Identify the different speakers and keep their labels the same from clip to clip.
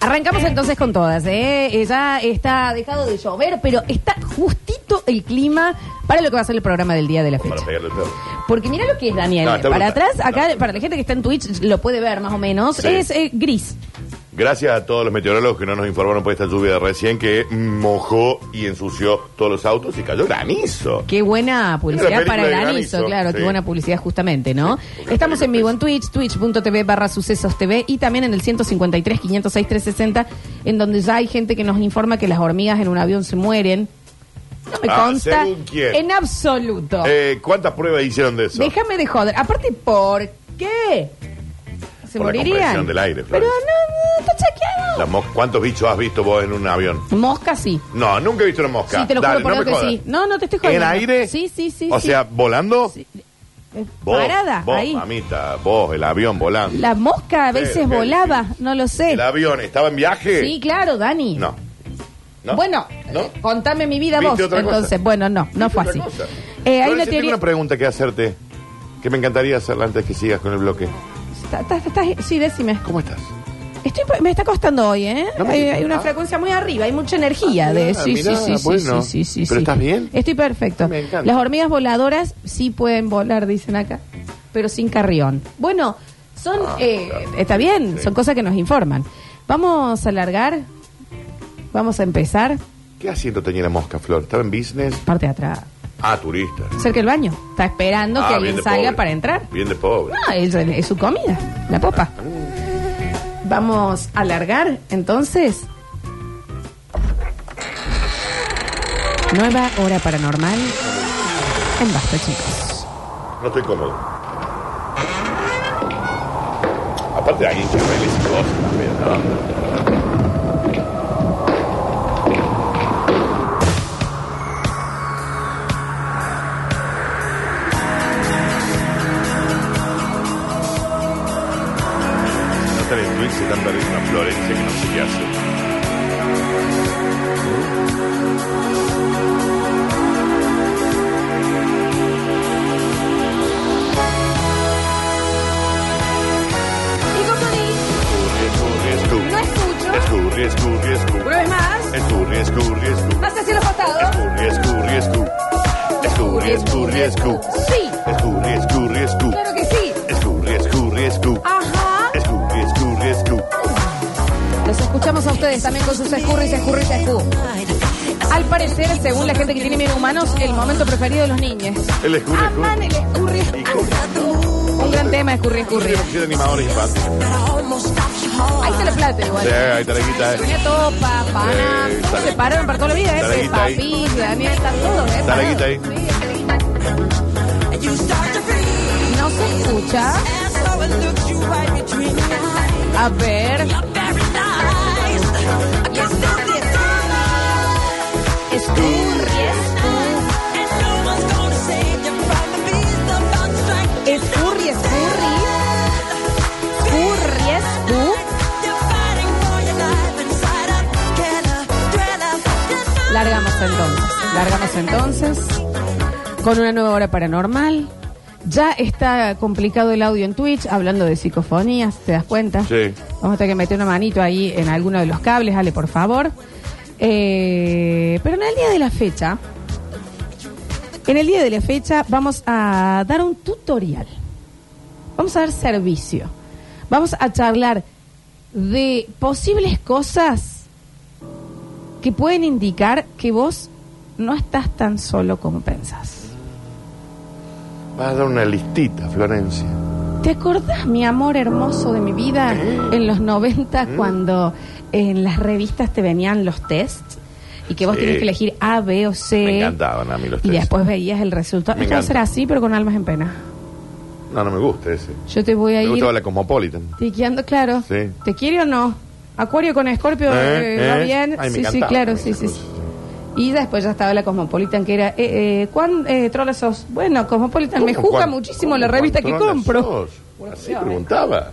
Speaker 1: Arrancamos entonces con todas. ¿eh? Eh, Ya está dejado de llover, pero está justito el clima para lo que va a ser el programa del día de la
Speaker 2: Para
Speaker 1: fecha.
Speaker 2: pegarle el perro.
Speaker 1: Porque mira lo que es, Daniel.
Speaker 2: No, está
Speaker 1: para
Speaker 2: brutal.
Speaker 1: atrás, acá,
Speaker 2: No.
Speaker 1: para la gente que está en Twitch, lo puede ver más o menos.
Speaker 2: Sí.
Speaker 1: Es eh, gris.
Speaker 2: Gracias a todos los meteorólogos que no nos informaron por esta lluvia de recién que mojó y ensució todos los autos y cayó granizo.
Speaker 1: Qué buena publicidad
Speaker 2: película
Speaker 1: para el
Speaker 2: de
Speaker 1: granizo,
Speaker 2: granizo,
Speaker 1: claro,
Speaker 2: sí.
Speaker 1: qué buena publicidad justamente, ¿no?
Speaker 2: Sí, porque
Speaker 1: Estamos
Speaker 2: la película
Speaker 1: en vivo en
Speaker 2: es-
Speaker 1: Twitch, twitch.tv barra sucesos TV y también en el 153 506 360, en donde ya hay gente que nos informa que las hormigas en un avión se mueren. No me
Speaker 2: Ah,
Speaker 1: consta
Speaker 2: según quién.
Speaker 1: en absoluto.
Speaker 2: Eh, ¿Cuántas pruebas hicieron de eso?
Speaker 1: Déjame de joder. Aparte, ¿por qué? Se
Speaker 2: Por la
Speaker 1: morirían.
Speaker 2: compresión del aire,
Speaker 1: Pero
Speaker 2: Flor.
Speaker 1: no, no, está chequeado.
Speaker 2: Las mos- ¿Cuántos bichos has visto vos en un avión?
Speaker 1: Moscas sí.
Speaker 2: No, nunca he visto una mosca.
Speaker 1: Sí, te lo juro
Speaker 2: Dale,
Speaker 1: por
Speaker 2: no
Speaker 1: Dios
Speaker 2: me
Speaker 1: que
Speaker 2: jodas.
Speaker 1: sí. No, no te estoy jodiendo.
Speaker 2: ¿En aire?
Speaker 1: Sí, sí, sí.
Speaker 2: O
Speaker 1: sí.
Speaker 2: sea, ¿volando?
Speaker 1: Sí. Eh,
Speaker 2: Oh. Vos,
Speaker 1: parada,
Speaker 2: vos,
Speaker 1: ahí.
Speaker 2: mamita, vos, el avión volando.
Speaker 1: La mosca a veces
Speaker 2: Sí, ok,
Speaker 1: volaba, no lo sé.
Speaker 2: ¿El avión estaba en viaje?
Speaker 1: Sí, claro, Dani.
Speaker 2: No. ¿No?
Speaker 1: Bueno,
Speaker 2: ¿No?
Speaker 1: eh, contame mi vida
Speaker 2: ¿Viste
Speaker 1: vos.
Speaker 2: otra cosa?
Speaker 1: Entonces, bueno, no, no
Speaker 2: Es
Speaker 1: fue
Speaker 2: otra
Speaker 1: así.
Speaker 2: cosa.
Speaker 1: Eh, hay
Speaker 2: Florencia,
Speaker 1: una
Speaker 2: Tengo
Speaker 1: teoría.
Speaker 2: una pregunta que hacerte, que me encantaría hacerla antes que sigas con el bloque.
Speaker 1: Está- está- está- sí, decime.
Speaker 2: ¿Cómo estás?
Speaker 1: Estoy- me está costando hoy, ¿eh?
Speaker 2: No me
Speaker 1: hay,
Speaker 2: digas.
Speaker 1: hay una
Speaker 2: Ah.
Speaker 1: frecuencia muy arriba, hay mucha energía
Speaker 2: Ah,
Speaker 1: de
Speaker 2: mirá,
Speaker 1: sí, sí,
Speaker 2: mirá,
Speaker 1: sí, sí,
Speaker 2: bueno.
Speaker 1: sí, sí, sí,
Speaker 2: ¿Pero
Speaker 1: sí.
Speaker 2: estás bien?
Speaker 1: Estoy perfecto.
Speaker 2: Me encanta.
Speaker 1: Las hormigas voladoras sí pueden volar, dicen acá, pero sin carrión. Bueno, son,
Speaker 2: Ah,
Speaker 1: eh,
Speaker 2: claro.
Speaker 1: está bien,
Speaker 2: Sí.
Speaker 1: son cosas que nos informan. Vamos a alargar, vamos a empezar,
Speaker 2: ¿Qué asiento tenía la mosca, Flor? ¿Estaba en business?
Speaker 1: parte de atrás,
Speaker 2: Ah, turista.
Speaker 1: cerca del baño. Está esperando
Speaker 2: Ah,
Speaker 1: que
Speaker 2: bien
Speaker 1: alguien
Speaker 2: de
Speaker 1: salga
Speaker 2: pobre.
Speaker 1: para entrar.
Speaker 2: Bien de pobre.
Speaker 1: No, Ah, es, es su comida, la popa. Vamos a alargar entonces. Nueva hora paranormal en Basta, chicos.
Speaker 2: No estoy cómodo. Aparte hay hinchas bailes y cosas también, ¿no? No están en Twitch, se están perdiendo una Florencia que no sé qué hace. Escurri, escurri,
Speaker 1: No escucho.
Speaker 2: escurri. Escurri, escurri, escurri.
Speaker 1: Una vez más,
Speaker 2: Escurri, escurri, escurri.
Speaker 1: más hacia los costados.
Speaker 2: Escurri, escurri, escurri. Escurri, escurri, escurri.
Speaker 1: Sí,
Speaker 2: Escurri, escurri, escurri.
Speaker 1: claro que sí.
Speaker 2: Escurri, escurri, escurri.
Speaker 1: Ajá.
Speaker 2: Escurri, escurri, escurri.
Speaker 1: Los escuchamos a ustedes también con sus escurris, escurris, escurris. Al parecer, según la gente que tiene miedo a humanos, el momento preferido de los niños.
Speaker 2: El escurri,
Speaker 1: Aman el escurri,
Speaker 2: escurri. ¿Y
Speaker 1: escurri.
Speaker 2: cómo?
Speaker 1: Un gran tema, escurri, escurri.
Speaker 2: Tendríamos que ser animadores infantiles.
Speaker 1: Ahí está la plata igual.
Speaker 2: Sí, ahí está la guita, eh.
Speaker 1: Tenía topa, pana.
Speaker 2: Sí,
Speaker 1: se pararon para toda la vida,
Speaker 2: Está la
Speaker 1: ¿eh?
Speaker 2: guita ahí.
Speaker 1: Papi, Daniel, están todos, ¿eh?
Speaker 2: Está la
Speaker 1: parados.
Speaker 2: guita ahí.
Speaker 1: Sí, está la guita. No se escucha. A ver. Escurri, escurri. Escurri, escu. Largamos entonces. Largamos entonces. Con una nueva hora paranormal. Ya está complicado el audio en Twitch, hablando de psicofonías, ¿te das cuenta?
Speaker 2: Sí.
Speaker 1: Vamos a tener que meter una manito ahí en alguno de los cables, Ale, por favor. Eh, pero en el día de la fecha, en el día de la fecha vamos a dar un tutorial. Vamos a dar servicio. Vamos a charlar de posibles cosas que pueden indicar que vos no estás tan solo como pensás.
Speaker 2: Vas a dar una listita, Florencia.
Speaker 1: ¿Te acordás, mi amor hermoso de mi vida, en los 90
Speaker 2: Mm.
Speaker 1: cuando en las revistas te venían los tests y que vos
Speaker 2: Sí.
Speaker 1: tenías que elegir A, B o C?
Speaker 2: Me encantaban a mí los
Speaker 1: Y
Speaker 2: tres.
Speaker 1: después veías el resultado.
Speaker 2: Me
Speaker 1: Esto va a
Speaker 2: encanta.
Speaker 1: ser así, pero con almas en pena.
Speaker 2: No, no me gusta ese.
Speaker 1: Yo te voy a
Speaker 2: Me
Speaker 1: ir
Speaker 2: gustaba la Cosmopolitan.
Speaker 1: tiqueando, claro.
Speaker 2: Sí.
Speaker 1: ¿Te quiere o no? Acuario con Escorpio
Speaker 2: Eh,
Speaker 1: eh, va
Speaker 2: eh.
Speaker 1: bien.
Speaker 2: Ay, me
Speaker 1: sí, sí,
Speaker 2: encantaba
Speaker 1: claro,
Speaker 2: esas
Speaker 1: sí, sí, sí.
Speaker 2: cosas.
Speaker 1: Y después ya estaba la Cosmopolitan, que era, eh, eh, ¿cuán eh, trola sos? Bueno, Cosmopolitan, me
Speaker 2: ¿Cómo?
Speaker 1: juzga
Speaker 2: ¿Cuán-
Speaker 1: muchísimo
Speaker 2: cómo?
Speaker 1: la revista que
Speaker 2: ¿Cuánto no la
Speaker 1: compro.
Speaker 2: sos? Así preguntaba.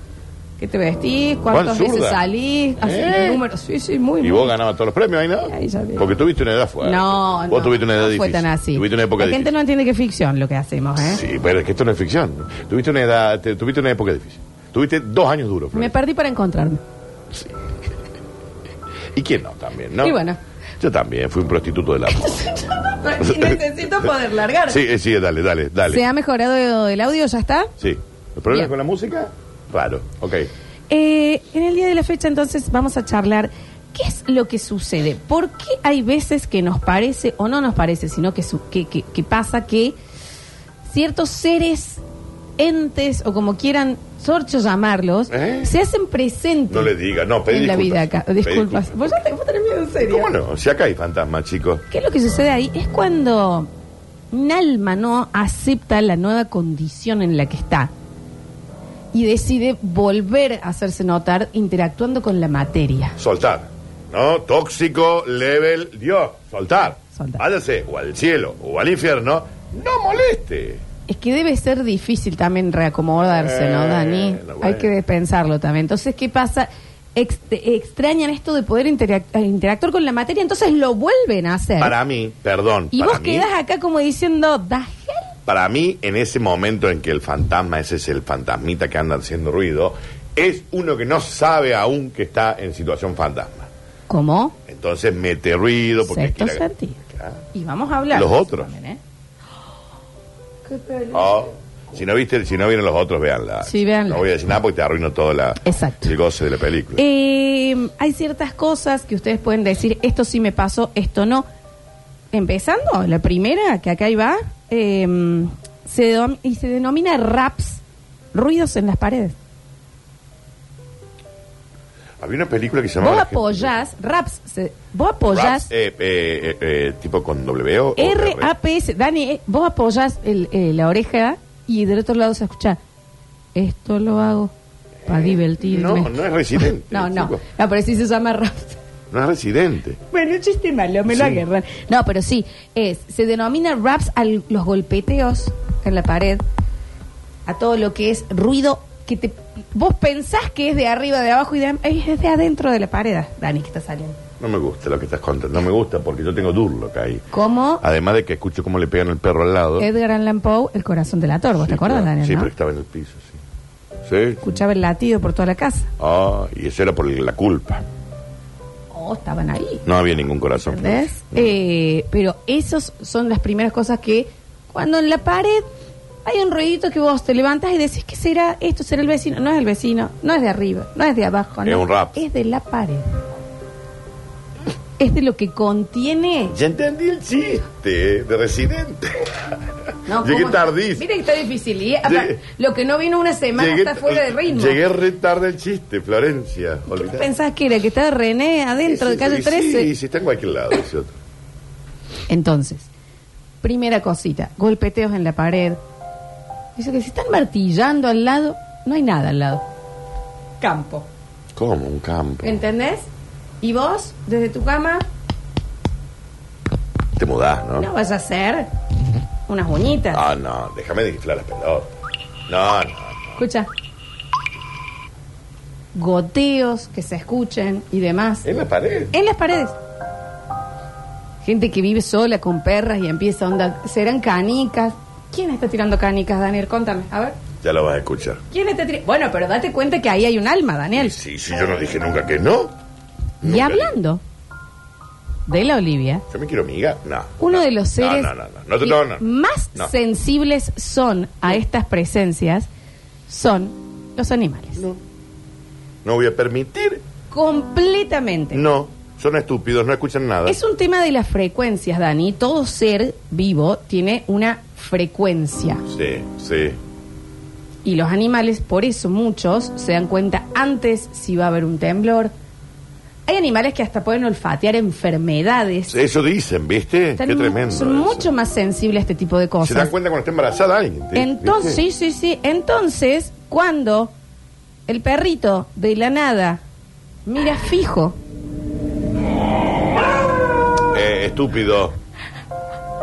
Speaker 1: ¿Qué te vestís? ¿Cuántas
Speaker 2: Juan Zurda.
Speaker 1: veces salís? Así,
Speaker 2: ¿Eh?
Speaker 1: números. Sí, sí, muy
Speaker 2: Y
Speaker 1: muy-
Speaker 2: vos ganabas todos los premios ahí,
Speaker 1: Ahí ya vi.
Speaker 2: ¿no? Porque tuviste una edad fuerte.
Speaker 1: No, no.
Speaker 2: Vos tuviste una edad
Speaker 1: no
Speaker 2: difícil.
Speaker 1: fue tan así.
Speaker 2: Tuviste una época
Speaker 1: La gente
Speaker 2: difícil.
Speaker 1: no entiende que es ficción lo que hacemos, ¿eh?
Speaker 2: Sí, pero es que esto no es ficción. Tuviste una edad, te- tuviste una época difícil. Tuviste dos años duros,
Speaker 1: Me
Speaker 2: Florencia.
Speaker 1: perdí para encontrarme.
Speaker 2: ¿Y quién no también, no?
Speaker 1: Y bueno.
Speaker 2: Yo también fui un prostituto del amor.
Speaker 1: Y necesito poder largar.
Speaker 2: sí, sí, dale, dale, dale.
Speaker 1: ¿Se ha mejorado el audio? ¿Ya está?
Speaker 2: Sí. ¿Los
Speaker 1: Bien.
Speaker 2: problemas con la música? Raro. Ok.
Speaker 1: Eh, en el día de la fecha, entonces, vamos a charlar qué es lo que sucede. ¿Por qué hay veces que nos parece, o no nos parece, sino que, su- que, que- que pasa que ciertos seres, entes, o como quieran sorcho llamarlos,
Speaker 2: ¿Eh?
Speaker 1: se hacen presentes
Speaker 2: No le diga, no, pedí
Speaker 1: en la vida
Speaker 2: disculpas.
Speaker 1: acá?
Speaker 2: Pedí
Speaker 1: Disculpas.
Speaker 2: disculpas.
Speaker 1: Vos ya te- vos tenés miedo en serio.
Speaker 2: ¿Cómo no? Si acá hay fantasmas, chicos.
Speaker 1: ¿Qué es lo que sucede ahí? Es cuando un alma no acepta la nueva condición en la que está y decide volver a hacerse notar interactuando con la materia.
Speaker 2: Soltar. ¿No? Tóxico, level, Dios. Soltar.
Speaker 1: Soltar.
Speaker 2: Váyase o al cielo o al infierno. No moleste.
Speaker 1: Es que debe ser difícil también reacomodarse, ¿no,
Speaker 2: Eh,
Speaker 1: Dani?
Speaker 2: no, bueno.
Speaker 1: Hay que pensarlo también. Entonces, ¿qué pasa? Ex- extrañan esto de poder interac- eh, interactuar con la materia, entonces lo vuelven a hacer.
Speaker 2: Para mí, perdón.
Speaker 1: Eh. y
Speaker 2: para
Speaker 1: vos
Speaker 2: mí,
Speaker 1: quedás acá como diciendo, ¿Dajel?
Speaker 2: Para mí, en ese momento en que el fantasma, ese es el fantasmita que anda haciendo ruido, es uno que no sabe aún que está en situación fantasma.
Speaker 1: ¿Cómo?
Speaker 2: Entonces mete ruido porque
Speaker 1: Sexto
Speaker 2: quiere- Ah.
Speaker 1: sentido.
Speaker 2: Claro.
Speaker 1: Y vamos a hablar.
Speaker 2: Los otros.
Speaker 1: También, ¿eh?
Speaker 2: Oh, Si no viste, si no vienen los otros, véanla.
Speaker 1: Sí, véanla.
Speaker 2: No voy a decir nada porque te arruino todo la,
Speaker 1: Exacto.
Speaker 2: el goce de la película.
Speaker 1: Eh, hay ciertas cosas que ustedes pueden decir, esto sí me pasó, esto no. Empezando, la primera, que acá iba, eh, se dom- y se denomina raps, ruidos en las paredes.
Speaker 2: Había una película que se llamaba...
Speaker 1: Vos
Speaker 2: La
Speaker 1: apoyás,
Speaker 2: gente-
Speaker 1: raps, se- vos
Speaker 2: Raps,
Speaker 1: apoyás,
Speaker 2: eh, eh, eh, eh, tipo con W o
Speaker 1: R-A-P-S, Dani, eh, vos apoyás el- eh, la oreja y del otro lado se escucha, esto lo hago para divertirme.
Speaker 2: Eh, No, no Eh, es residente.
Speaker 1: no, no, no,
Speaker 2: chico.
Speaker 1: pero sí se llama raps.
Speaker 2: No es residente.
Speaker 1: Bueno, un chiste malo, me lo
Speaker 2: Sí.
Speaker 1: agarran. No, pero sí, es, se denomina raps a l- los golpeteos en la pared, a todo lo que es ruido que te, vos pensás que es de arriba, de abajo y de, es de adentro de la pared, Dani, que está saliendo.
Speaker 2: No me gusta lo que estás contando. No me gusta porque yo tengo Durlock ahí.
Speaker 1: Como
Speaker 2: Además de que escucho cómo le pegan el perro al lado.
Speaker 1: Edgar Allan Poe, el corazón de la torre, ¿vos
Speaker 2: Sí,
Speaker 1: te acuerdas,
Speaker 2: claro.
Speaker 1: Daniel?
Speaker 2: Sí,
Speaker 1: no?
Speaker 2: pero estaba en el piso, sí. ¿Sí?
Speaker 1: Escuchaba el latido por toda la casa.
Speaker 2: Ah, y eso era por la culpa.
Speaker 1: Oh, estaban ahí.
Speaker 2: No había ningún corazón.
Speaker 1: ¿Entendés? Eh, pero esas son las primeras cosas que cuando en la pared hay un ruidito que vos te levantas y decís, ¿qué será? Esto será el vecino. No es el vecino, no es de arriba, no es de abajo.
Speaker 2: Es
Speaker 1: no.
Speaker 2: un rap.
Speaker 1: Es de la pared. Es de lo que contiene.
Speaker 2: Ya entendí el chiste de residente.
Speaker 1: No,
Speaker 2: Llegué
Speaker 1: ¿cómo?
Speaker 2: tardísimo.
Speaker 1: Mira que está difícil. y apa,
Speaker 2: Llegué- eh,
Speaker 1: lo que no vino una semana está fuera de ritmo.
Speaker 2: Llegué re tarde el chiste, Florencia. Olvidá.
Speaker 1: Pensás que era que estaba René adentro de
Speaker 2: Sí,
Speaker 1: calle
Speaker 2: sí,
Speaker 1: 13.
Speaker 2: Sí, sí, está en cualquier lado ese otro.
Speaker 1: Entonces, primera cosita, golpeteos en la pared. Dice que si están martillando al lado, no hay nada al lado. Campo.
Speaker 2: ¿Cómo? Un campo.
Speaker 1: ¿Entendés? Y vos, desde tu cama,
Speaker 2: Te mudás, ¿no?
Speaker 1: no vas a hacer unas uñitas.
Speaker 2: Ah, no, déjame de inflar las pelotas. No, no.
Speaker 1: Escucha. Goteos que se escuchen y demás.
Speaker 2: En la pared.
Speaker 1: En las paredes. Gente que vive sola con perras y empieza a onda. ¿Serán canicas? ¿Quién está tirando canicas, Daniel? Contame, a ver.
Speaker 2: Ya lo vas a escuchar.
Speaker 1: ¿Quién está tri- Bueno, pero date cuenta que ahí hay un alma, Daniel.
Speaker 2: Sí, sí, yo no dije nunca que no.
Speaker 1: y
Speaker 2: Nunca.
Speaker 1: hablando de la Olivia,
Speaker 2: Yo me quiero amiga. No.
Speaker 1: uno
Speaker 2: no.
Speaker 1: de los seres
Speaker 2: No, no, no. no. No te-
Speaker 1: que
Speaker 2: no, no.
Speaker 1: más
Speaker 2: No.
Speaker 1: sensibles son a estas presencias son los animales.
Speaker 2: No. No voy a permitir.
Speaker 1: Completamente.
Speaker 2: No. Son estúpidos, no escuchan nada.
Speaker 1: Es un tema de las frecuencias, Dani. Todo ser vivo tiene una frecuencia.
Speaker 2: Sí, sí.
Speaker 1: Y los animales, por eso muchos, se dan cuenta antes si va a haber un temblor. Hay animales que hasta pueden olfatear enfermedades.
Speaker 2: Eso dicen, ¿viste?
Speaker 1: Están
Speaker 2: Qué
Speaker 1: mu-
Speaker 2: tremendo.
Speaker 1: Son
Speaker 2: eso.
Speaker 1: mucho más sensibles a este tipo de
Speaker 2: Se dan
Speaker 1: cosas.
Speaker 2: cuenta cuando está embarazada alguien. ¿te-
Speaker 1: Entonces, sí,
Speaker 2: viste?
Speaker 1: sí, sí. Entonces, cuando el perrito de la nada mira fijo
Speaker 2: Eh, estúpido.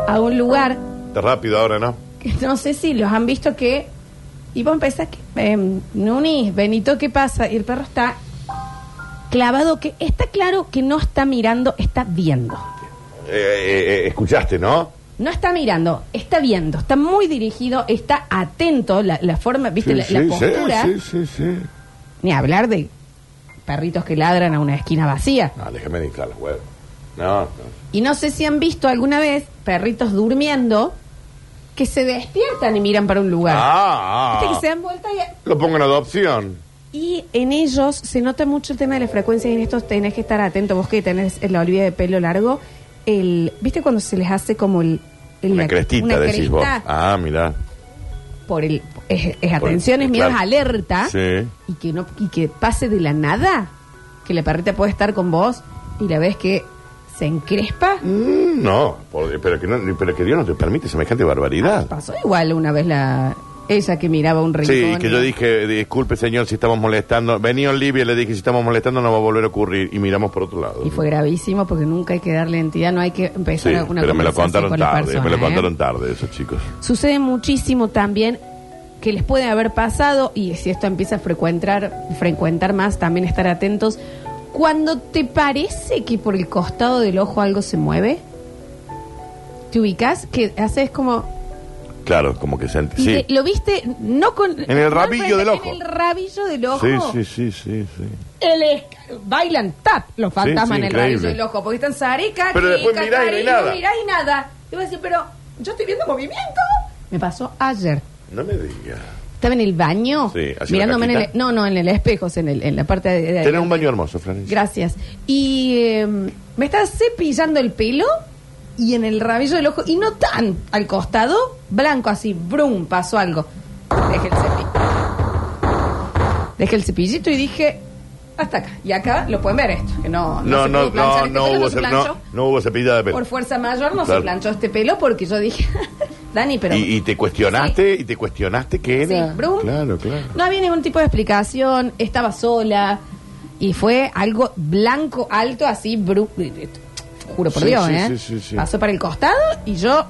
Speaker 1: a un lugar
Speaker 2: Está rápido ahora, ¿no?
Speaker 1: que no sé si los han visto que. Y vos empezás que. em, Nuni, Benito, ¿qué pasa? Y el perro está clavado, que está claro que no está mirando, está viendo.
Speaker 2: Eh, eh, eh, escuchaste, ¿no?
Speaker 1: No está mirando, está viendo, está muy dirigido, está atento, la, la forma, viste, la, la postura.
Speaker 2: sí, sí, sí.
Speaker 1: Ni hablar de perritos que ladran a una esquina vacía.
Speaker 2: No, déjame de inflar los huevos. No, no.
Speaker 1: Y no sé si han visto alguna vez perritos durmiendo que se despiertan y miran para un lugar.
Speaker 2: Ah,
Speaker 1: Viste
Speaker 2: ah,
Speaker 1: que se dan vuelta y...
Speaker 2: Lo pongo en adopción.
Speaker 1: Y en ellos se nota mucho el tema de las frecuencias y en estos tenés que estar atento, vos que tenés la olvida de pelo largo, el, ¿viste cuando se les hace como el... el-
Speaker 2: Una crestita,
Speaker 1: una
Speaker 2: decís vos.
Speaker 1: cresta
Speaker 2: Ah, mirá.
Speaker 1: Por el, es, es atención, es miedo, es
Speaker 2: claro.
Speaker 1: alerta.
Speaker 2: Sí.
Speaker 1: Y, que no, y que pase de la nada, que la perrita puede estar con vos y la ves que se encrespa.
Speaker 2: Mm, no, por- pero, que no- pero que Dios no te permite semejante barbaridad.
Speaker 1: Pasó igual una vez la ella que miraba un rincón.
Speaker 2: Sí, que yo dije, disculpe señor si estamos molestando. Venía Olivia y le dije, si estamos molestando no va a volver a ocurrir. Y miramos por otro lado.
Speaker 1: Y fue gravísimo porque nunca hay que darle entidad, no hay que
Speaker 2: Sí,
Speaker 1: empezar a- una
Speaker 2: pero me lo
Speaker 1: conversación
Speaker 2: contaron
Speaker 1: con la
Speaker 2: tarde, me lo
Speaker 1: persona, ¿eh?
Speaker 2: contaron tarde esos chicos.
Speaker 1: Sucede muchísimo también que les puede haber pasado, y si esto empieza a frecuentar, frecuentar más, también estar atentos. Cuando te parece que por el costado del ojo algo se mueve, te ubicas, que haces como.
Speaker 2: Claro, como que sentí.
Speaker 1: y
Speaker 2: Sí.
Speaker 1: te- lo viste, no con.
Speaker 2: En
Speaker 1: no
Speaker 2: el rabillo
Speaker 1: frente,
Speaker 2: del ojo.
Speaker 1: En el rabillo del ojo.
Speaker 2: sí, sí, sí, sí, sí.
Speaker 1: el esca- bailan tap los fantasmas
Speaker 2: sí,
Speaker 1: en el
Speaker 2: increíble.
Speaker 1: rabillo del ojo, porque están zarica,
Speaker 2: Pero después mirás y no hay nada.
Speaker 1: mirás y nada. Y vas a decir, pero yo estoy viendo movimiento. Me pasó ayer.
Speaker 2: No me digas.
Speaker 1: Estaba en el baño,
Speaker 2: Sí, haciendo
Speaker 1: mirándome en el,
Speaker 2: cajita.
Speaker 1: no, no, en el espejo, o sea, en, el- en la parte de, de-
Speaker 2: Tenés un baño hermoso, Florencia.
Speaker 1: Gracias. Y eh, me estaba cepillando el pelo y en el rabillo del ojo, y no tan al costado, blanco así, brum, pasó algo. Dejé el cepillo. Dejé el cepillito y dije, hasta acá. Y acá lo pueden ver esto, que no,
Speaker 2: No,
Speaker 1: se
Speaker 2: no,
Speaker 1: pudo
Speaker 2: no,
Speaker 1: planchar este
Speaker 2: no
Speaker 1: pelo,
Speaker 2: hubo,
Speaker 1: se
Speaker 2: cep-
Speaker 1: planchó.
Speaker 2: no, no hubo cepillada de pelo.
Speaker 1: Por fuerza mayor no
Speaker 2: Claro.
Speaker 1: se planchó este pelo porque yo dije, Dani, pero...
Speaker 2: y, y te cuestionaste, y te cuestionaste qué
Speaker 1: Sí,
Speaker 2: era.
Speaker 1: Brum.
Speaker 2: Claro, claro.
Speaker 1: No había ningún tipo de explicación, estaba sola y fue algo blanco, alto, así, bru- juro por
Speaker 2: Sí,
Speaker 1: Dios,
Speaker 2: sí,
Speaker 1: ¿eh?
Speaker 2: sí, sí, sí.
Speaker 1: Pasó para el costado y yo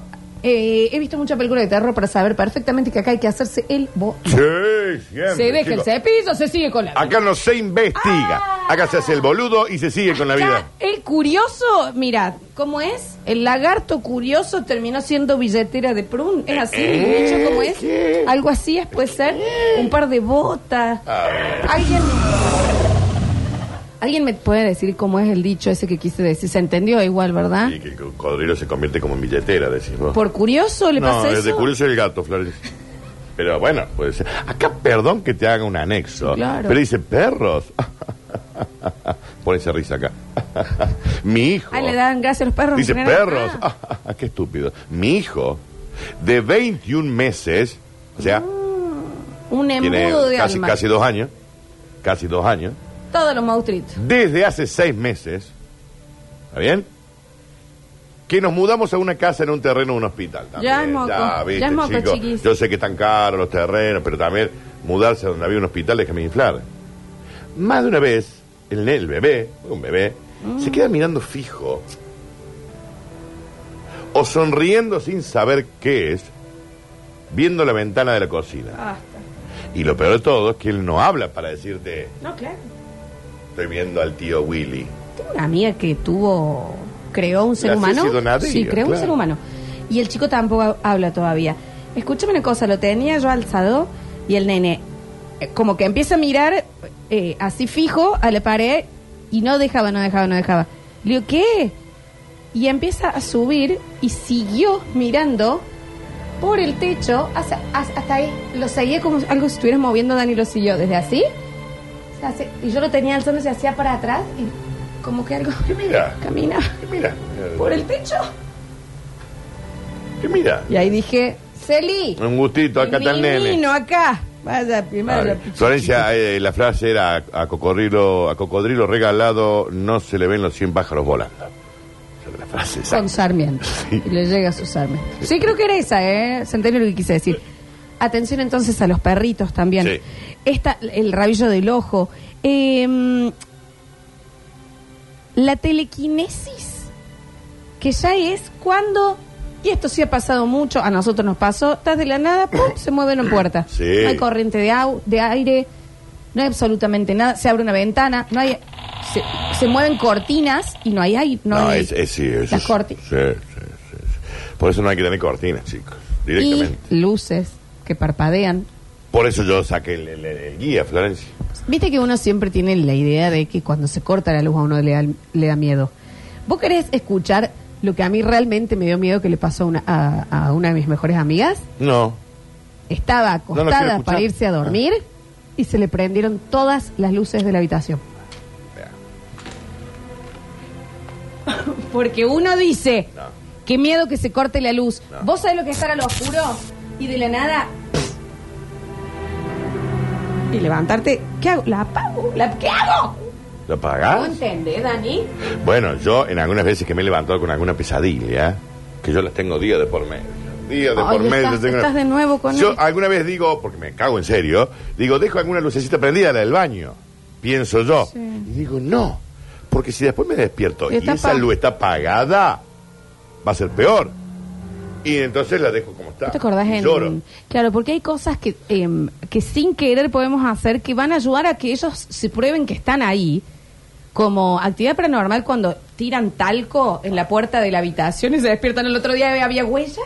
Speaker 1: eh, he visto mucha película de terror para saber perfectamente que acá hay que hacerse el bo.
Speaker 2: Sí, siempre.
Speaker 1: Se deja el
Speaker 2: chicos.
Speaker 1: cepillo, se sigue con la.
Speaker 2: Acá no se investiga.
Speaker 1: Ah.
Speaker 2: Acá se hace el boludo y se sigue con la
Speaker 1: Acá
Speaker 2: vida.
Speaker 1: El curioso, mirad, ¿cómo es? El lagarto curioso terminó siendo billetera de prun. ¿Es así?
Speaker 2: Eh,
Speaker 1: ¿Dicho cómo es?
Speaker 2: ¿qué?
Speaker 1: Algo así es, puede ser. Un par de botas.
Speaker 2: A ver.
Speaker 1: ¿Alguien, ¿Alguien me puede decir cómo es el dicho ese que quise decir? ¿Se entendió igual, verdad?
Speaker 2: Y que el cocodrilo se convierte como en billetera, decís vos.
Speaker 1: ¿Por curioso le
Speaker 2: no,
Speaker 1: pasa
Speaker 2: es
Speaker 1: eso?
Speaker 2: de curioso el gato, Flores. Pero bueno, puede ser. Acá, perdón que te haga un anexo.
Speaker 1: Sí, claro.
Speaker 2: Pero dice perros. Pon esa risa acá. Mi hijo.
Speaker 1: Ah, le dan gracias a los perros. en
Speaker 2: Dice
Speaker 1: general.
Speaker 2: perros.
Speaker 1: Ah,
Speaker 2: qué estúpido. Mi hijo, de 21 meses, o sea,
Speaker 1: un
Speaker 2: tiene
Speaker 1: Mm, embudo de
Speaker 2: casi,
Speaker 1: alma.
Speaker 2: casi dos años. Casi dos años.
Speaker 1: Todos los maustritos.
Speaker 2: desde hace seis meses, ¿está bien? Que nos mudamos a una casa en un terreno de un hospital. También.
Speaker 1: Ya es moco, ya es moco, chiquis.
Speaker 2: Yo sé que están caros los terrenos, pero también mudarse a donde había un hospital, déjame inflar. Más de una vez, el, el bebé, un bebé,
Speaker 1: Mm.
Speaker 2: se queda mirando fijo o sonriendo sin saber qué es, viendo la ventana de la cocina.
Speaker 1: Basta.
Speaker 2: Y lo peor de todo es que él no habla para decirte,
Speaker 1: No, claro.
Speaker 2: estoy viendo al tío Willy.
Speaker 1: Tengo una amiga que tuvo, creó un ser
Speaker 2: La
Speaker 1: humano.
Speaker 2: Ceci Donadío,
Speaker 1: sí, creó un
Speaker 2: claro.
Speaker 1: ser humano. Y el chico tampoco ha- habla todavía. Escúchame una cosa, lo tenía yo alzado y el nene eh, como que empieza a mirar eh, así fijo a la pared y no dejaba, no dejaba, no dejaba. Le digo, ¿qué? Y empieza a subir y siguió mirando por el techo hasta, hasta- hasta ahí. Lo seguía como si algo se estuviera moviendo, Dani lo siguió desde así. se hace- y yo lo tenía alzando, se hacía para atrás y como que algo
Speaker 2: ¿Qué mira?
Speaker 1: camina
Speaker 2: ¿Qué mira?
Speaker 1: por el techo.
Speaker 2: ¿Qué mira?
Speaker 1: Y ahí dije, Celi,
Speaker 2: Un gustito, acá está el nene.
Speaker 1: vino acá. Vaya,
Speaker 2: A
Speaker 1: primero.
Speaker 2: ver, Florencia, eh, la frase era a, a cocodrilo, a cocodrilo regalado no se le ven los 100 pájaros volando. Esa era La frase
Speaker 1: Con
Speaker 2: exacta.
Speaker 1: Sarmiento.
Speaker 2: Sí.
Speaker 1: Y le llega a su Sarmiento. Sí, creo que era esa, ¿eh? Se entendió lo que quise decir. Atención entonces a los perritos también.
Speaker 2: Sí.
Speaker 1: Esta, el rabillo del ojo. Eh, la telequinesis, que ya es cuando. Y esto sí ha pasado mucho, a nosotros nos pasó, estás de la nada, ¡pum! se mueve una puerta.
Speaker 2: Sí.
Speaker 1: No hay corriente de, au- de aire, no hay absolutamente nada, se abre una ventana, no hay se, se mueven cortinas y no hay aire, no,
Speaker 2: No,
Speaker 1: hay
Speaker 2: es, es- sí, es,
Speaker 1: las
Speaker 2: es-
Speaker 1: corti-
Speaker 2: Sí, sí, sí, sí. Por eso no hay que tener cortinas, chicos.
Speaker 1: y
Speaker 2: Directamente.
Speaker 1: luces que parpadean.
Speaker 2: Por eso yo saqué el, el- el- el guía, Florencia.
Speaker 1: Viste que uno siempre tiene la idea de que cuando se corta la luz a uno le da, le da miedo. ¿Vos querés escuchar lo que a mí realmente me dio miedo que le pasó a una, a, a una de mis mejores amigas?
Speaker 2: No.
Speaker 1: Estaba
Speaker 2: No lo quiero
Speaker 1: acostada
Speaker 2: escuchar. Ah.
Speaker 1: para irse a dormir y se le prendieron todas las luces de la habitación. Porque uno dice,
Speaker 2: No.
Speaker 1: qué miedo que se corte la luz.
Speaker 2: No.
Speaker 1: ¿Vos sabés lo que es estar a lo oscuro y de la nada? Y levantarte, ¿qué hago? ¿La apago? ¿La, ¿Qué hago?
Speaker 2: ¿Lo
Speaker 1: ¿No
Speaker 2: pagás?
Speaker 1: entendés, Dani?
Speaker 2: Bueno, yo en algunas veces que me he levantado con alguna pesadilla, que yo las tengo día de por medio. Día de
Speaker 1: Ay,
Speaker 2: por medio.
Speaker 1: estás-
Speaker 2: tengo una-
Speaker 1: estás de nuevo con
Speaker 2: Yo
Speaker 1: él.
Speaker 2: alguna vez digo, porque me cago en serio, digo, dejo alguna lucecita prendida, la del baño, pienso yo.
Speaker 1: Sí.
Speaker 2: Y digo, no, porque si después me despierto
Speaker 1: Y
Speaker 2: y,
Speaker 1: está
Speaker 2: esa
Speaker 1: apag-
Speaker 2: luz está apagada, va a ser peor. Y entonces la dejo como está.
Speaker 1: ¿No te acordás
Speaker 2: Y
Speaker 1: en.?
Speaker 2: Lloro.
Speaker 1: Claro, porque hay cosas que, em, que sin querer podemos hacer que van a ayudar a que ellos se prueben que están ahí. Como actividad paranormal cuando tiran talco en la puerta de la habitación y se despiertan el otro día y había huellas.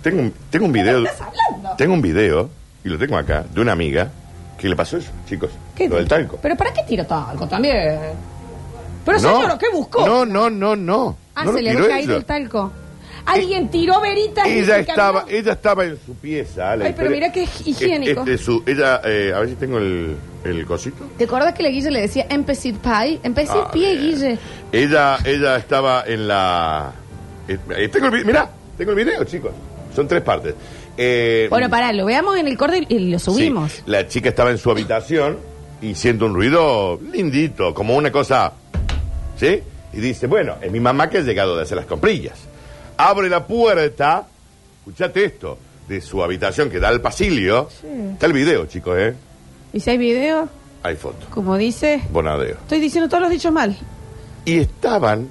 Speaker 2: Tengo, un- tengo un video.
Speaker 1: estás hablando?
Speaker 2: Tengo un video, y lo tengo acá, de una amiga que le pasó eso, chicos. Lo del talco.
Speaker 1: ¿Pero para qué tira talco también? Pero
Speaker 2: No.
Speaker 1: señor, ¿qué buscó?
Speaker 2: No, no, no, no.
Speaker 1: ah,
Speaker 2: No
Speaker 1: se
Speaker 2: lo
Speaker 1: le
Speaker 2: tiró
Speaker 1: había caído
Speaker 2: ella.
Speaker 1: el talco. Alguien tiró veritas. y
Speaker 2: Ella
Speaker 1: se
Speaker 2: estaba,
Speaker 1: caminó.
Speaker 2: ella estaba en su pieza. la
Speaker 1: Ay, pero
Speaker 2: historia-
Speaker 1: mirá que es higiénico.
Speaker 2: Este, su- ella, eh, a ver si tengo el, el cosito.
Speaker 1: ¿Te acordás que la Guille le decía empecid pie? Empecid
Speaker 2: Ah,
Speaker 1: pie,
Speaker 2: bien.
Speaker 1: Guille.
Speaker 2: Ella, ella estaba en la. eh, eh, tengo el, vi- mirá, tengo el video, chicos. Son tres partes. Eh,
Speaker 1: Bueno, pará, lo veamos en el corte y- y lo
Speaker 2: sí,
Speaker 1: subimos.
Speaker 2: la chica estaba en su habitación y siente un ruido lindito, como una cosa. ¿Sí? Y dice, bueno, es mi mamá que ha llegado de hacer las comprillas. Abre la puerta, escuchate esto, de su habitación que da al pasillo.
Speaker 1: Sí.
Speaker 2: Está el video, chicos, ¿eh?
Speaker 1: Y si hay video,
Speaker 2: Hay foto.
Speaker 1: como dice,
Speaker 2: Bonadeo.
Speaker 1: estoy diciendo todos los dichos mal.
Speaker 2: Y estaban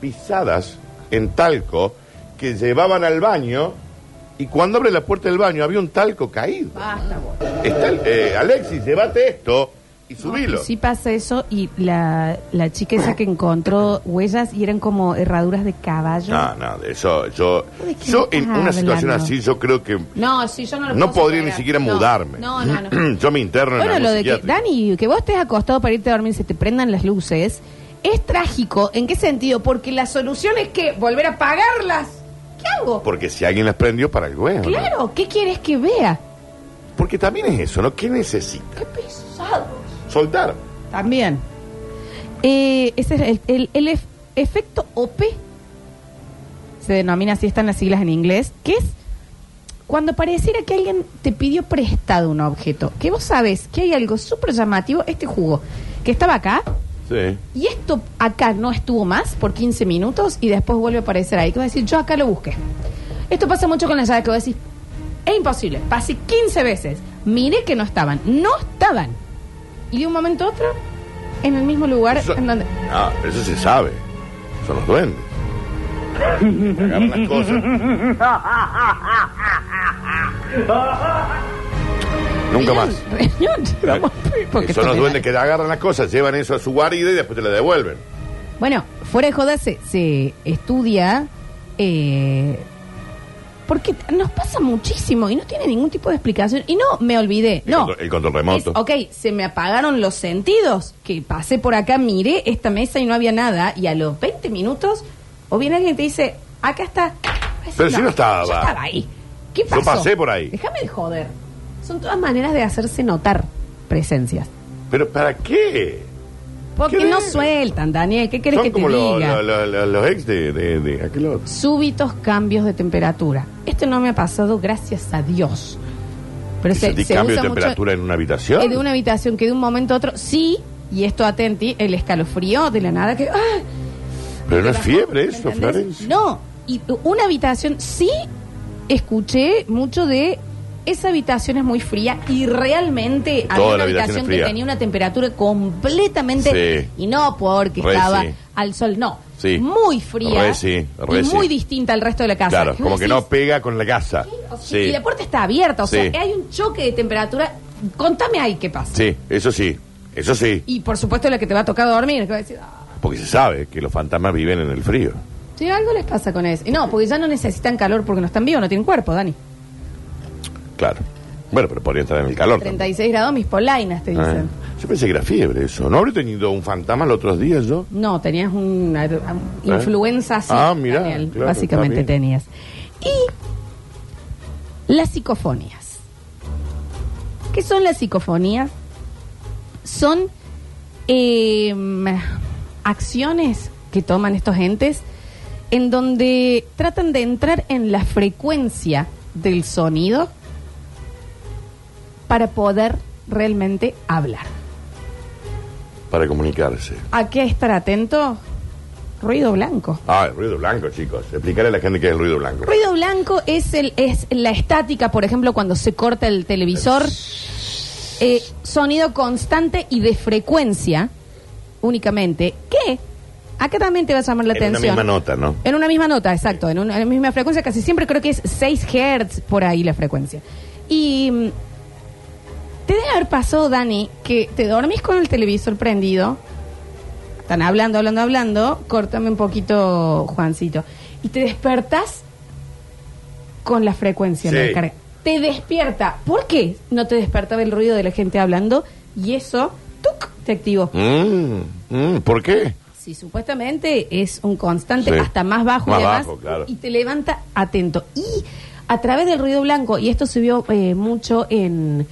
Speaker 2: pisadas en talco que llevaban al baño y cuando abre la puerta del baño había un talco caído.
Speaker 1: Basta, vos.
Speaker 2: Está el- eh, Alexis, llévate esto y subilo.
Speaker 1: Sí pasa eso y la, la chica esa que encontró huellas y eran como herraduras de caballo.
Speaker 2: No, no, de eso yo,
Speaker 1: ¿De qué
Speaker 2: yo en
Speaker 1: estás
Speaker 2: una situación
Speaker 1: hablando?
Speaker 2: así yo creo que
Speaker 1: No, sí, yo no lo
Speaker 2: no
Speaker 1: puedo
Speaker 2: podría ni
Speaker 1: superar.
Speaker 2: siquiera
Speaker 1: No,
Speaker 2: mudarme.
Speaker 1: No, no, no.
Speaker 2: yo me interno
Speaker 1: bueno,
Speaker 2: en
Speaker 1: lo
Speaker 2: algún
Speaker 1: de que,
Speaker 2: psiquiátrico.
Speaker 1: Dani, que vos estés acostado para irte a dormir y se te prendan las luces, es trágico. ¿En qué sentido? Porque la solución es que volver a apagarlas. ¿Qué hago?
Speaker 2: Porque si alguien las prendió para el huevo. ¿no?
Speaker 1: Claro, ¿qué quieres que vea?
Speaker 2: Porque también es eso, ¿no? ¿Qué necesita?
Speaker 1: Qué pesado.
Speaker 2: Soltar.
Speaker 1: También. Eh, ese es el, el- el ef- efecto OP. Se denomina así, están las siglas en inglés. que es? Cuando pareciera que alguien te pidió prestado un objeto. Que vos sabes que hay algo súper llamativo. Este jugo que estaba acá
Speaker 2: Sí.
Speaker 1: y esto acá no estuvo más por 15 minutos y después vuelve a aparecer ahí. Que va a decir, yo acá lo busqué. Esto pasa mucho con las llaves que vos decís, es imposible. Pasé 15 veces. Miré que no estaban. No estaban. Y de un momento a otro, en el mismo lugar
Speaker 2: Eso-
Speaker 1: en donde.
Speaker 2: No, pero eso se sabe. Son los duendes. Agarran las cosas. Nunca más.
Speaker 1: Reunión, vamos, Eh, porque esto
Speaker 2: Son los
Speaker 1: me
Speaker 2: duendes que agarran las cosas, llevan eso a su guarida y después te la devuelven.
Speaker 1: Bueno, fuera de joda se, se estudia eh, porque nos pasa muchísimo y no tiene ningún tipo de explicación. Y no, me olvidé.
Speaker 2: El
Speaker 1: no.
Speaker 2: control- el control remoto.
Speaker 1: Es, ok, se me apagaron los sentidos. Que pasé por acá, miré esta mesa y no había nada. Y a los 20 minutos, o bien alguien te dice, acá está.
Speaker 2: Pero si no estaba.
Speaker 1: Yo estaba ahí. ¿Qué
Speaker 2: Yo
Speaker 1: pasó?
Speaker 2: pasé por ahí.
Speaker 1: Déjame de joder. Son todas maneras de hacerse notar presencias.
Speaker 2: ¿Pero para qué?
Speaker 1: Porque
Speaker 2: ¿Qué
Speaker 1: no
Speaker 2: ves?
Speaker 1: sueltan, Daniel. ¿Qué querés
Speaker 2: Son
Speaker 1: que te
Speaker 2: como
Speaker 1: diga?
Speaker 2: lo- lo- lo- lo- los ex de, de, de aquel otro.
Speaker 1: súbitos cambios de temperatura. Esto no me ha pasado, gracias a Dios. Pero se,
Speaker 2: ¿Sentí
Speaker 1: se
Speaker 2: cambio de
Speaker 1: usa mucho
Speaker 2: temperatura en una habitación?
Speaker 1: en una habitación que de un momento a otro, sí, y esto atenti, el escalofrío de la nada que... ¡ah!
Speaker 2: Pero no es fiebre
Speaker 1: ¿Me
Speaker 2: eso,
Speaker 1: entendés?
Speaker 2: Florencia.
Speaker 1: No, y una habitación, sí escuché mucho de esa habitación es muy fría y realmente había
Speaker 2: Toda
Speaker 1: una
Speaker 2: la habitación
Speaker 1: habitación
Speaker 2: es
Speaker 1: que
Speaker 2: fría.
Speaker 1: tenía una temperatura completamente
Speaker 2: Sí.
Speaker 1: y no porque
Speaker 2: Re
Speaker 1: estaba
Speaker 2: sí.
Speaker 1: al sol, no,
Speaker 2: Sí.
Speaker 1: muy fría
Speaker 2: Re sí, re
Speaker 1: y
Speaker 2: sí.
Speaker 1: muy distinta al resto de la casa.
Speaker 2: Claro,
Speaker 1: Y
Speaker 2: como
Speaker 1: vos
Speaker 2: que
Speaker 1: decís,
Speaker 2: no pega con la casa.
Speaker 1: o sea, Y
Speaker 2: Sí,
Speaker 1: la puerta está abierta, o
Speaker 2: Sí.
Speaker 1: sea, hay un choque de temperatura. Contame ahí qué pasa.
Speaker 2: sí, eso sí, eso sí.
Speaker 1: Y por supuesto la que te va a tocar dormir, que va a decir, "Ah,
Speaker 2: Porque se sabe que los fantasmas viven en el frío.
Speaker 1: Sí, algo les pasa con eso. Y no, porque ya no necesitan calor porque no están vivos, no tienen cuerpo, Dani.
Speaker 2: Claro. Bueno, pero podría entrar en el calor. también.
Speaker 1: 36 grados, mis polainas te dicen.
Speaker 2: Ah, Yo pensé que era fiebre eso. ¿No habré tenido un fantasma los otros días yo?
Speaker 1: No, tenías una eh, influenza así.
Speaker 2: Ah, mirá,
Speaker 1: Daniel,
Speaker 2: claro,
Speaker 1: básicamente
Speaker 2: está bien.
Speaker 1: tenías. Y las psicofonías. ¿Qué son las psicofonías? Son eh, acciones que toman estos entes en donde tratan de entrar en la frecuencia del sonido para poder realmente hablar.
Speaker 2: Para comunicarse.
Speaker 1: ¿A qué estar atento? Ruido blanco.
Speaker 2: Ah, el ruido blanco, chicos. Explicarle a la gente qué es el ruido blanco.
Speaker 1: Ruido blanco es, el, es la estática, por ejemplo, cuando se corta el televisor. Eh, sonido constante y de frecuencia únicamente. ¿Qué? Acá también te va a llamar la
Speaker 2: En una
Speaker 1: atención.
Speaker 2: misma nota, ¿no?
Speaker 1: En una misma nota, exacto. En una en la misma frecuencia, casi siempre creo que es 6 Hz por ahí la frecuencia. Y mm, te debe haber pasado, Dani, que te dormís con el televisor prendido. Están hablando, hablando, hablando. Córtame un poquito, Juancito. Y te despertas con la frecuencia
Speaker 2: Sí.
Speaker 1: en el carga. Te despierta. ¿Por qué no te despertaba el ruido de la gente hablando? Y eso, ¡tuc! te activó.
Speaker 2: Mm, mm, ¿Por qué?
Speaker 1: Si supuestamente es un constante
Speaker 2: Sí.
Speaker 1: hasta más bajo
Speaker 2: Más
Speaker 1: y demás,
Speaker 2: bajo, claro.
Speaker 1: y te levanta atento. Y a través del ruido blanco, y esto se vio eh, mucho en,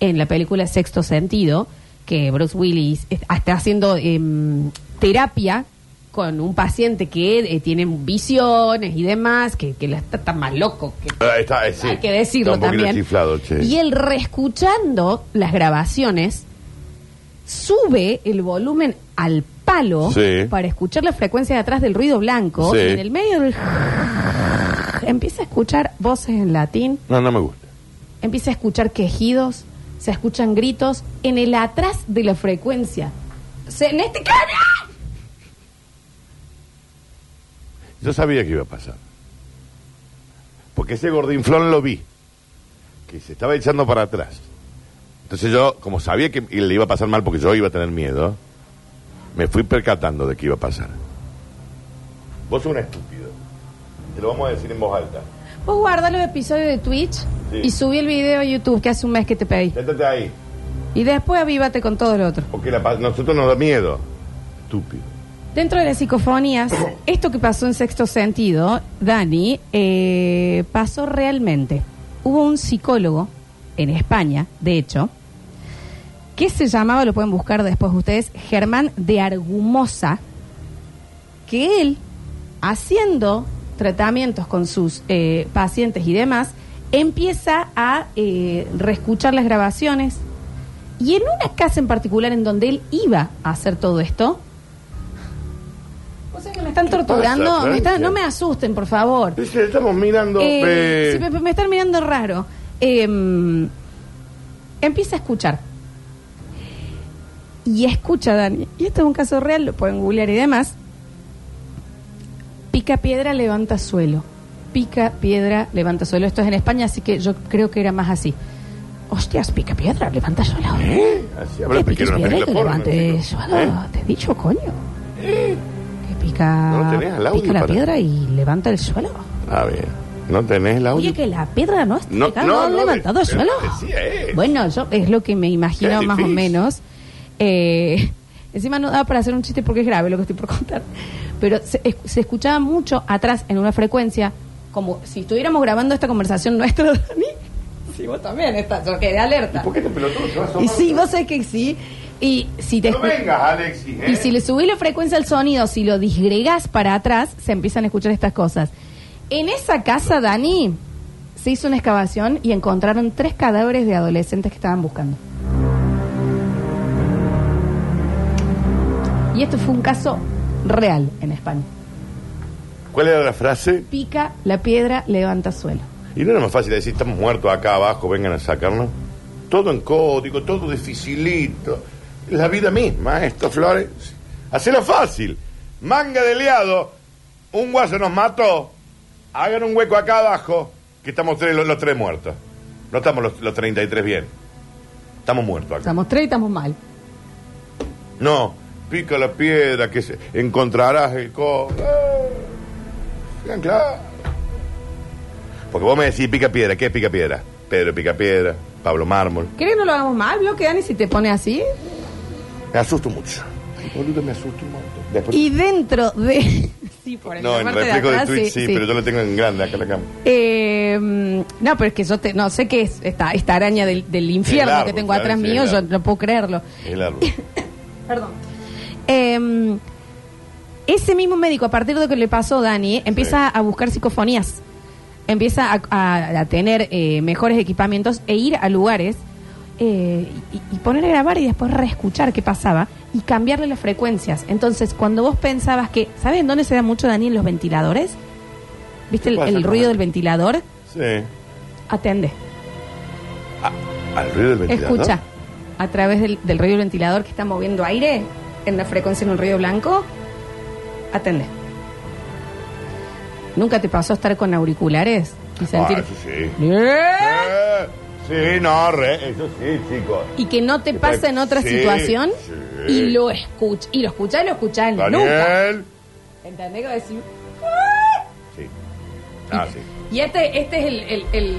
Speaker 1: en la película Sexto Sentido, que Bruce Willis es- está haciendo em, terapia con un paciente que eh, tiene visiones y demás, que, que la está tan más loco que
Speaker 2: Ah, está, eh, sí.
Speaker 1: hay que decirlo
Speaker 2: Está un poquito
Speaker 1: también.
Speaker 2: chiflado, che.
Speaker 1: Y él reescuchando las grabaciones, sube el volumen al palo
Speaker 2: Sí.
Speaker 1: para escuchar la frecuencia de atrás del ruido blanco.
Speaker 2: Sí.
Speaker 1: Y en el medio del empieza a escuchar voces en latín,
Speaker 2: No, no me gusta.
Speaker 1: empieza a escuchar quejidos, se escuchan gritos en el atrás de la frecuencia. Se- en este canal.
Speaker 2: Yo sabía que iba a pasar. Porque ese gordinflón lo vi. Que se estaba echando para atrás. Entonces yo, como sabía que le iba a pasar mal porque yo iba a tener miedo, me fui percatando de que iba a pasar. Vos sos un estúpido. Te lo vamos a decir en voz alta.
Speaker 1: Vos guarda los episodios de Twitch
Speaker 2: Sí.
Speaker 1: y subí el video a YouTube que hace un mes que te pedí.
Speaker 2: Siéntate ahí.
Speaker 1: Y después avívate con todo lo otro.
Speaker 2: Porque la pa- nosotros nos da miedo. Estúpido.
Speaker 1: Dentro de las psicofonías, esto que pasó en sexto sentido, Dani, eh, pasó realmente. Hubo un psicólogo en España, de hecho, que se llamaba, lo pueden buscar después ustedes, Germán de Argumosa, que él, haciendo tratamientos con sus eh, pacientes y demás, empieza a eh, reescuchar las grabaciones. Y en una casa en particular en donde él iba a hacer todo esto, o sea que me están
Speaker 2: ¿Qué pasa,
Speaker 1: torturando, me están-
Speaker 2: Francia?
Speaker 1: no me asusten, por favor.
Speaker 2: Dice, Estamos mirando.
Speaker 1: Eh,
Speaker 2: eh,
Speaker 1: sí, me, me están mirando raro. Em, empieza a escuchar. Y escucha, Dani. Y esto es un caso real, lo pueden googlear y demás. Pica piedra, levanta suelo. Pica piedra, levanta suelo. Esto es en España, así que yo creo que era más así. Hostias, pica piedra, levanta suelo.
Speaker 2: ¿Eh? Así habla
Speaker 1: Que
Speaker 2: porque
Speaker 1: piques
Speaker 2: era una
Speaker 1: piedra y
Speaker 2: película
Speaker 1: te
Speaker 2: porno,
Speaker 1: levantes
Speaker 2: chicos.
Speaker 1: suelo.
Speaker 2: ¿Eh?
Speaker 1: Te he dicho, coño. Que pica,
Speaker 2: No lo tenés al audio
Speaker 1: pica la
Speaker 2: para-
Speaker 1: piedra y levanta el suelo.
Speaker 2: A ver, ¿no tenés el audio?
Speaker 1: Oye, que la piedra no está
Speaker 2: No,
Speaker 1: picada,
Speaker 2: no,
Speaker 1: no, han
Speaker 2: no,
Speaker 1: levantado el
Speaker 2: de-
Speaker 1: suelo.
Speaker 2: decía eso.
Speaker 1: Bueno, yo es lo que me imagino
Speaker 2: Qué
Speaker 1: más o
Speaker 2: difícil.
Speaker 1: menos. Eh, encima no daba para hacer un chiste porque es grave lo que estoy por contar. Pero se, es- se escuchaba mucho atrás en una frecuencia, como si estuviéramos grabando esta conversación nuestra, Dani. Sí, vos también estás, yo quedé alerta.
Speaker 2: ¿Por qué te pelotudo te vas a
Speaker 1: Y
Speaker 2: asomar?
Speaker 1: sí, vos sabés que sí. Y si te
Speaker 2: No
Speaker 1: escu-
Speaker 2: vengas, Alexis, ¿eh?
Speaker 1: y si le subís la frecuencia al sonido, si lo disgregás para atrás, se empiezan a escuchar estas cosas. En esa casa, Dani, se hizo una excavación y encontraron tres cadáveres de adolescentes que estaban buscando. Y esto fue un caso real en España.
Speaker 2: ¿Cuál era la frase?
Speaker 1: Pica la piedra, levanta suelo.
Speaker 2: Y no era más fácil decir, estamos muertos acá abajo, vengan a sacarnos. Todo en código, todo dificilito. La vida misma, esto, Flores. Hacelo fácil. Manga de liado. Un guaso nos mató. Hagan un hueco acá abajo, que estamos tres, los, los tres muertos. No estamos los, los 33 bien. Estamos muertos acá.
Speaker 1: Estamos tres y estamos mal.
Speaker 2: No, pica la piedra que se- encontrarás el cobre. claro. Porque vos me decís pica piedra, ¿qué es pica piedra? Pedro pica piedra, Pablo Mármol.
Speaker 1: ¿Querés que no lo hagamos mal, bloque, Dani, si te pone así?
Speaker 2: Me asusto mucho. Ay, boludo, me asusto un montón. Después-
Speaker 1: Y dentro de... sí, por
Speaker 2: no,
Speaker 1: la
Speaker 2: en
Speaker 1: parte de
Speaker 2: reflejo de,
Speaker 1: atrás,
Speaker 2: Twitch sí, pero yo lo tengo en grande acá en la cama.
Speaker 1: Eh, mm, no, pero es que yo te, no sé qué es esta, esta araña del, del infierno
Speaker 2: árbol,
Speaker 1: que tengo
Speaker 2: claro,
Speaker 1: atrás
Speaker 2: sí,
Speaker 1: mío,
Speaker 2: el
Speaker 1: yo
Speaker 2: árbol.
Speaker 1: no puedo creerlo.
Speaker 2: El árbol.
Speaker 1: Perdón. Eh, ese mismo médico, a partir de lo que le pasó a Dani, empieza a buscar psicofonías. Empieza a, a- a tener eh, mejores equipamientos e ir a lugares eh, y, y poner a grabar y después reescuchar qué pasaba y cambiarle las frecuencias. Entonces, cuando vos pensabas que, ¿sabes en dónde se da mucho Dani? En los ventiladores. ¿Viste el,
Speaker 2: pasa
Speaker 1: el
Speaker 2: con
Speaker 1: ruido
Speaker 2: el-
Speaker 1: del ventilador?
Speaker 2: Sí.
Speaker 1: Atende.
Speaker 2: Ah, al ruido del ventilador. Ah,
Speaker 1: Escucha, a través del, del ruido del ventilador que está moviendo aire en la frecuencia en un ruido blanco, atende. ¿Nunca te pasó estar con auriculares y sentir...
Speaker 2: Ah, eso sí.
Speaker 1: ¡Eh!
Speaker 2: Eh, sí, no, re, eso sí, chicos.
Speaker 1: Y que no te pasa en otra
Speaker 2: Sí,
Speaker 1: situación
Speaker 2: sí.
Speaker 1: y lo escuchas. Y lo escuchas y lo escuchas nunca.
Speaker 2: Daniel.
Speaker 1: ¿Entendés? Que decís,
Speaker 2: Sí. Ah, sí.
Speaker 1: Y este, este es el, el, el,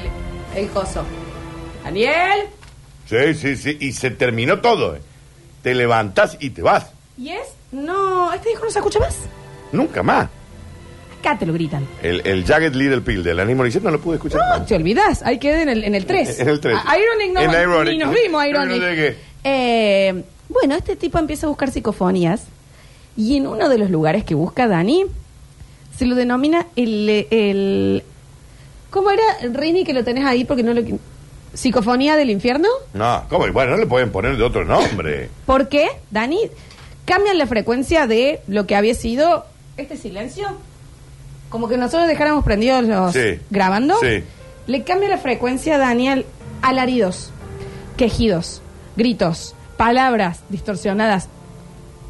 Speaker 1: el coso. Daniel,
Speaker 2: Sí, sí, sí. Y se terminó todo. eh. Te levantás y te vas.
Speaker 1: ¿y es? No, este hijo no se escucha más.
Speaker 2: Nunca más.
Speaker 1: Acá te lo gritan.
Speaker 2: El, el Jagged Little Pill del Aníbal Morissette no lo pude escuchar.
Speaker 1: No,
Speaker 2: más.
Speaker 1: te olvidás, ahí quedé en el, en el 3.
Speaker 2: En el tres.
Speaker 1: Ironic no,
Speaker 2: En Ironic.
Speaker 1: ni nos vimos Ironic.
Speaker 2: No sé qué.
Speaker 1: Eh, bueno, este tipo empieza a buscar psicofonías y en uno de los lugares que busca Dani se lo denomina el... eh, el ¿Cómo era, Rini, que lo tenés ahí porque no lo... ¿Psicofonía del infierno?
Speaker 2: No, ¿cómo? Y Bueno, no le pueden poner de otro nombre.
Speaker 1: ¿Por qué, Dani? Cambian la frecuencia de lo que había sido este silencio. Como que nosotros dejáramos prendidos los
Speaker 2: Sí.
Speaker 1: grabando.
Speaker 2: Sí.
Speaker 1: Le cambia la frecuencia, Dani, al alaridos, quejidos, gritos, palabras distorsionadas,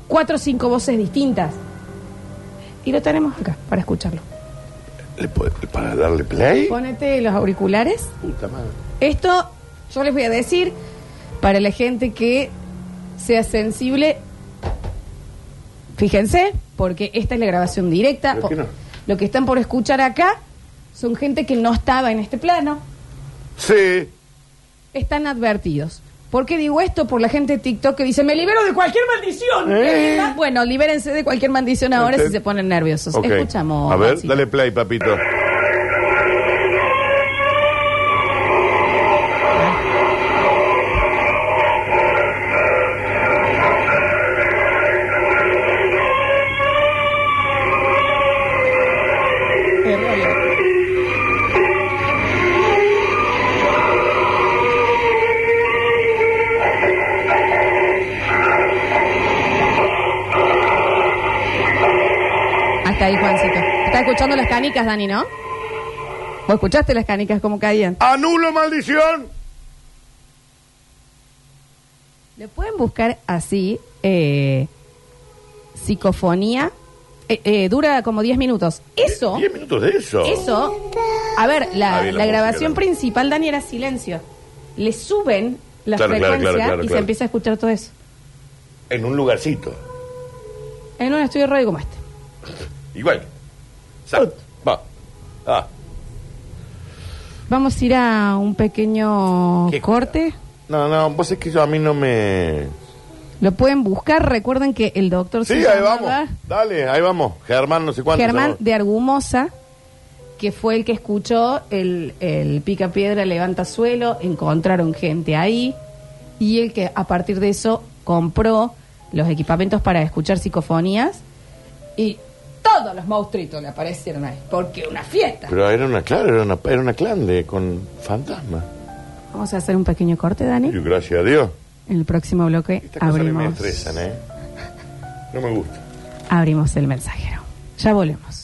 Speaker 1: cuatro o cinco voces distintas. Y lo tenemos acá para escucharlo.
Speaker 2: ¿Le puede- ¿Para darle play?
Speaker 1: Ponete los auriculares.
Speaker 2: Puta madre.
Speaker 1: Esto yo les voy a decir para la gente que sea sensible. Fíjense, porque esta es la grabación directa.
Speaker 2: Pero que no.
Speaker 1: Lo que están por escuchar acá son gente que no estaba en este plano.
Speaker 2: Sí.
Speaker 1: Están advertidos. ¿Por qué digo esto? Por la gente de TikTok que dice, me libero de cualquier maldición.
Speaker 2: ¿Eh?
Speaker 1: Bueno, libérense de cualquier maldición ahora
Speaker 2: Este-
Speaker 1: si se ponen nerviosos.
Speaker 2: Ok.
Speaker 1: Escuchamos.
Speaker 2: A ver,
Speaker 1: Maxi.
Speaker 2: dale play, papito.
Speaker 1: Qué rollo. Hasta ahí, Juancito. Estás escuchando las canicas, Dani, ¿no? ¿Vos escuchaste las canicas como caían?
Speaker 2: ¡Anulo maldición!
Speaker 1: Le pueden buscar así, eh, psicofonía. Eh, eh, dura como 10 minutos. Eso...
Speaker 2: Diez minutos de eso.
Speaker 1: Eso, a ver, la,
Speaker 2: Ah, bien, la
Speaker 1: la
Speaker 2: música,
Speaker 1: grabación
Speaker 2: claro.
Speaker 1: principal, Dani, era silencio. Le suben la
Speaker 2: Claro, claro,
Speaker 1: frecuencia
Speaker 2: claro, claro,
Speaker 1: y se
Speaker 2: claro.
Speaker 1: empieza a escuchar todo eso.
Speaker 2: En un lugarcito.
Speaker 1: En un estudio de radio como este.
Speaker 2: Igual. Sal. Va. Ah.
Speaker 1: Vamos a ir a un pequeño
Speaker 2: Qué
Speaker 1: corte.
Speaker 2: No, no, vos es que yo a mí no me.
Speaker 1: Lo pueden buscar. Recuerden que el doctor
Speaker 2: Sí,
Speaker 1: se
Speaker 2: ahí
Speaker 1: llamaba
Speaker 2: vamos. Dale, ahí vamos. Germán, no sé cuánto.
Speaker 1: Germán
Speaker 2: ¿no?
Speaker 1: de Argumosa, que fue el que escuchó el, el pica piedra, levanta suelo. Encontraron gente ahí. Y el que a partir de eso compró los equipamientos para escuchar psicofonías. Y todos los monstruitos le aparecieron ahí. Porque una fiesta.
Speaker 2: Pero era una, claro, era una, era una clan de, con fantasma.
Speaker 1: Vamos a hacer un pequeño corte, Dani.
Speaker 2: Y gracias a Dios.
Speaker 1: En el próximo bloque
Speaker 2: Estas cosas a mí me
Speaker 1: abrimos,
Speaker 2: estresan, ¿eh? No me gusta.
Speaker 1: abrimos el mensajero. Ya volvemos.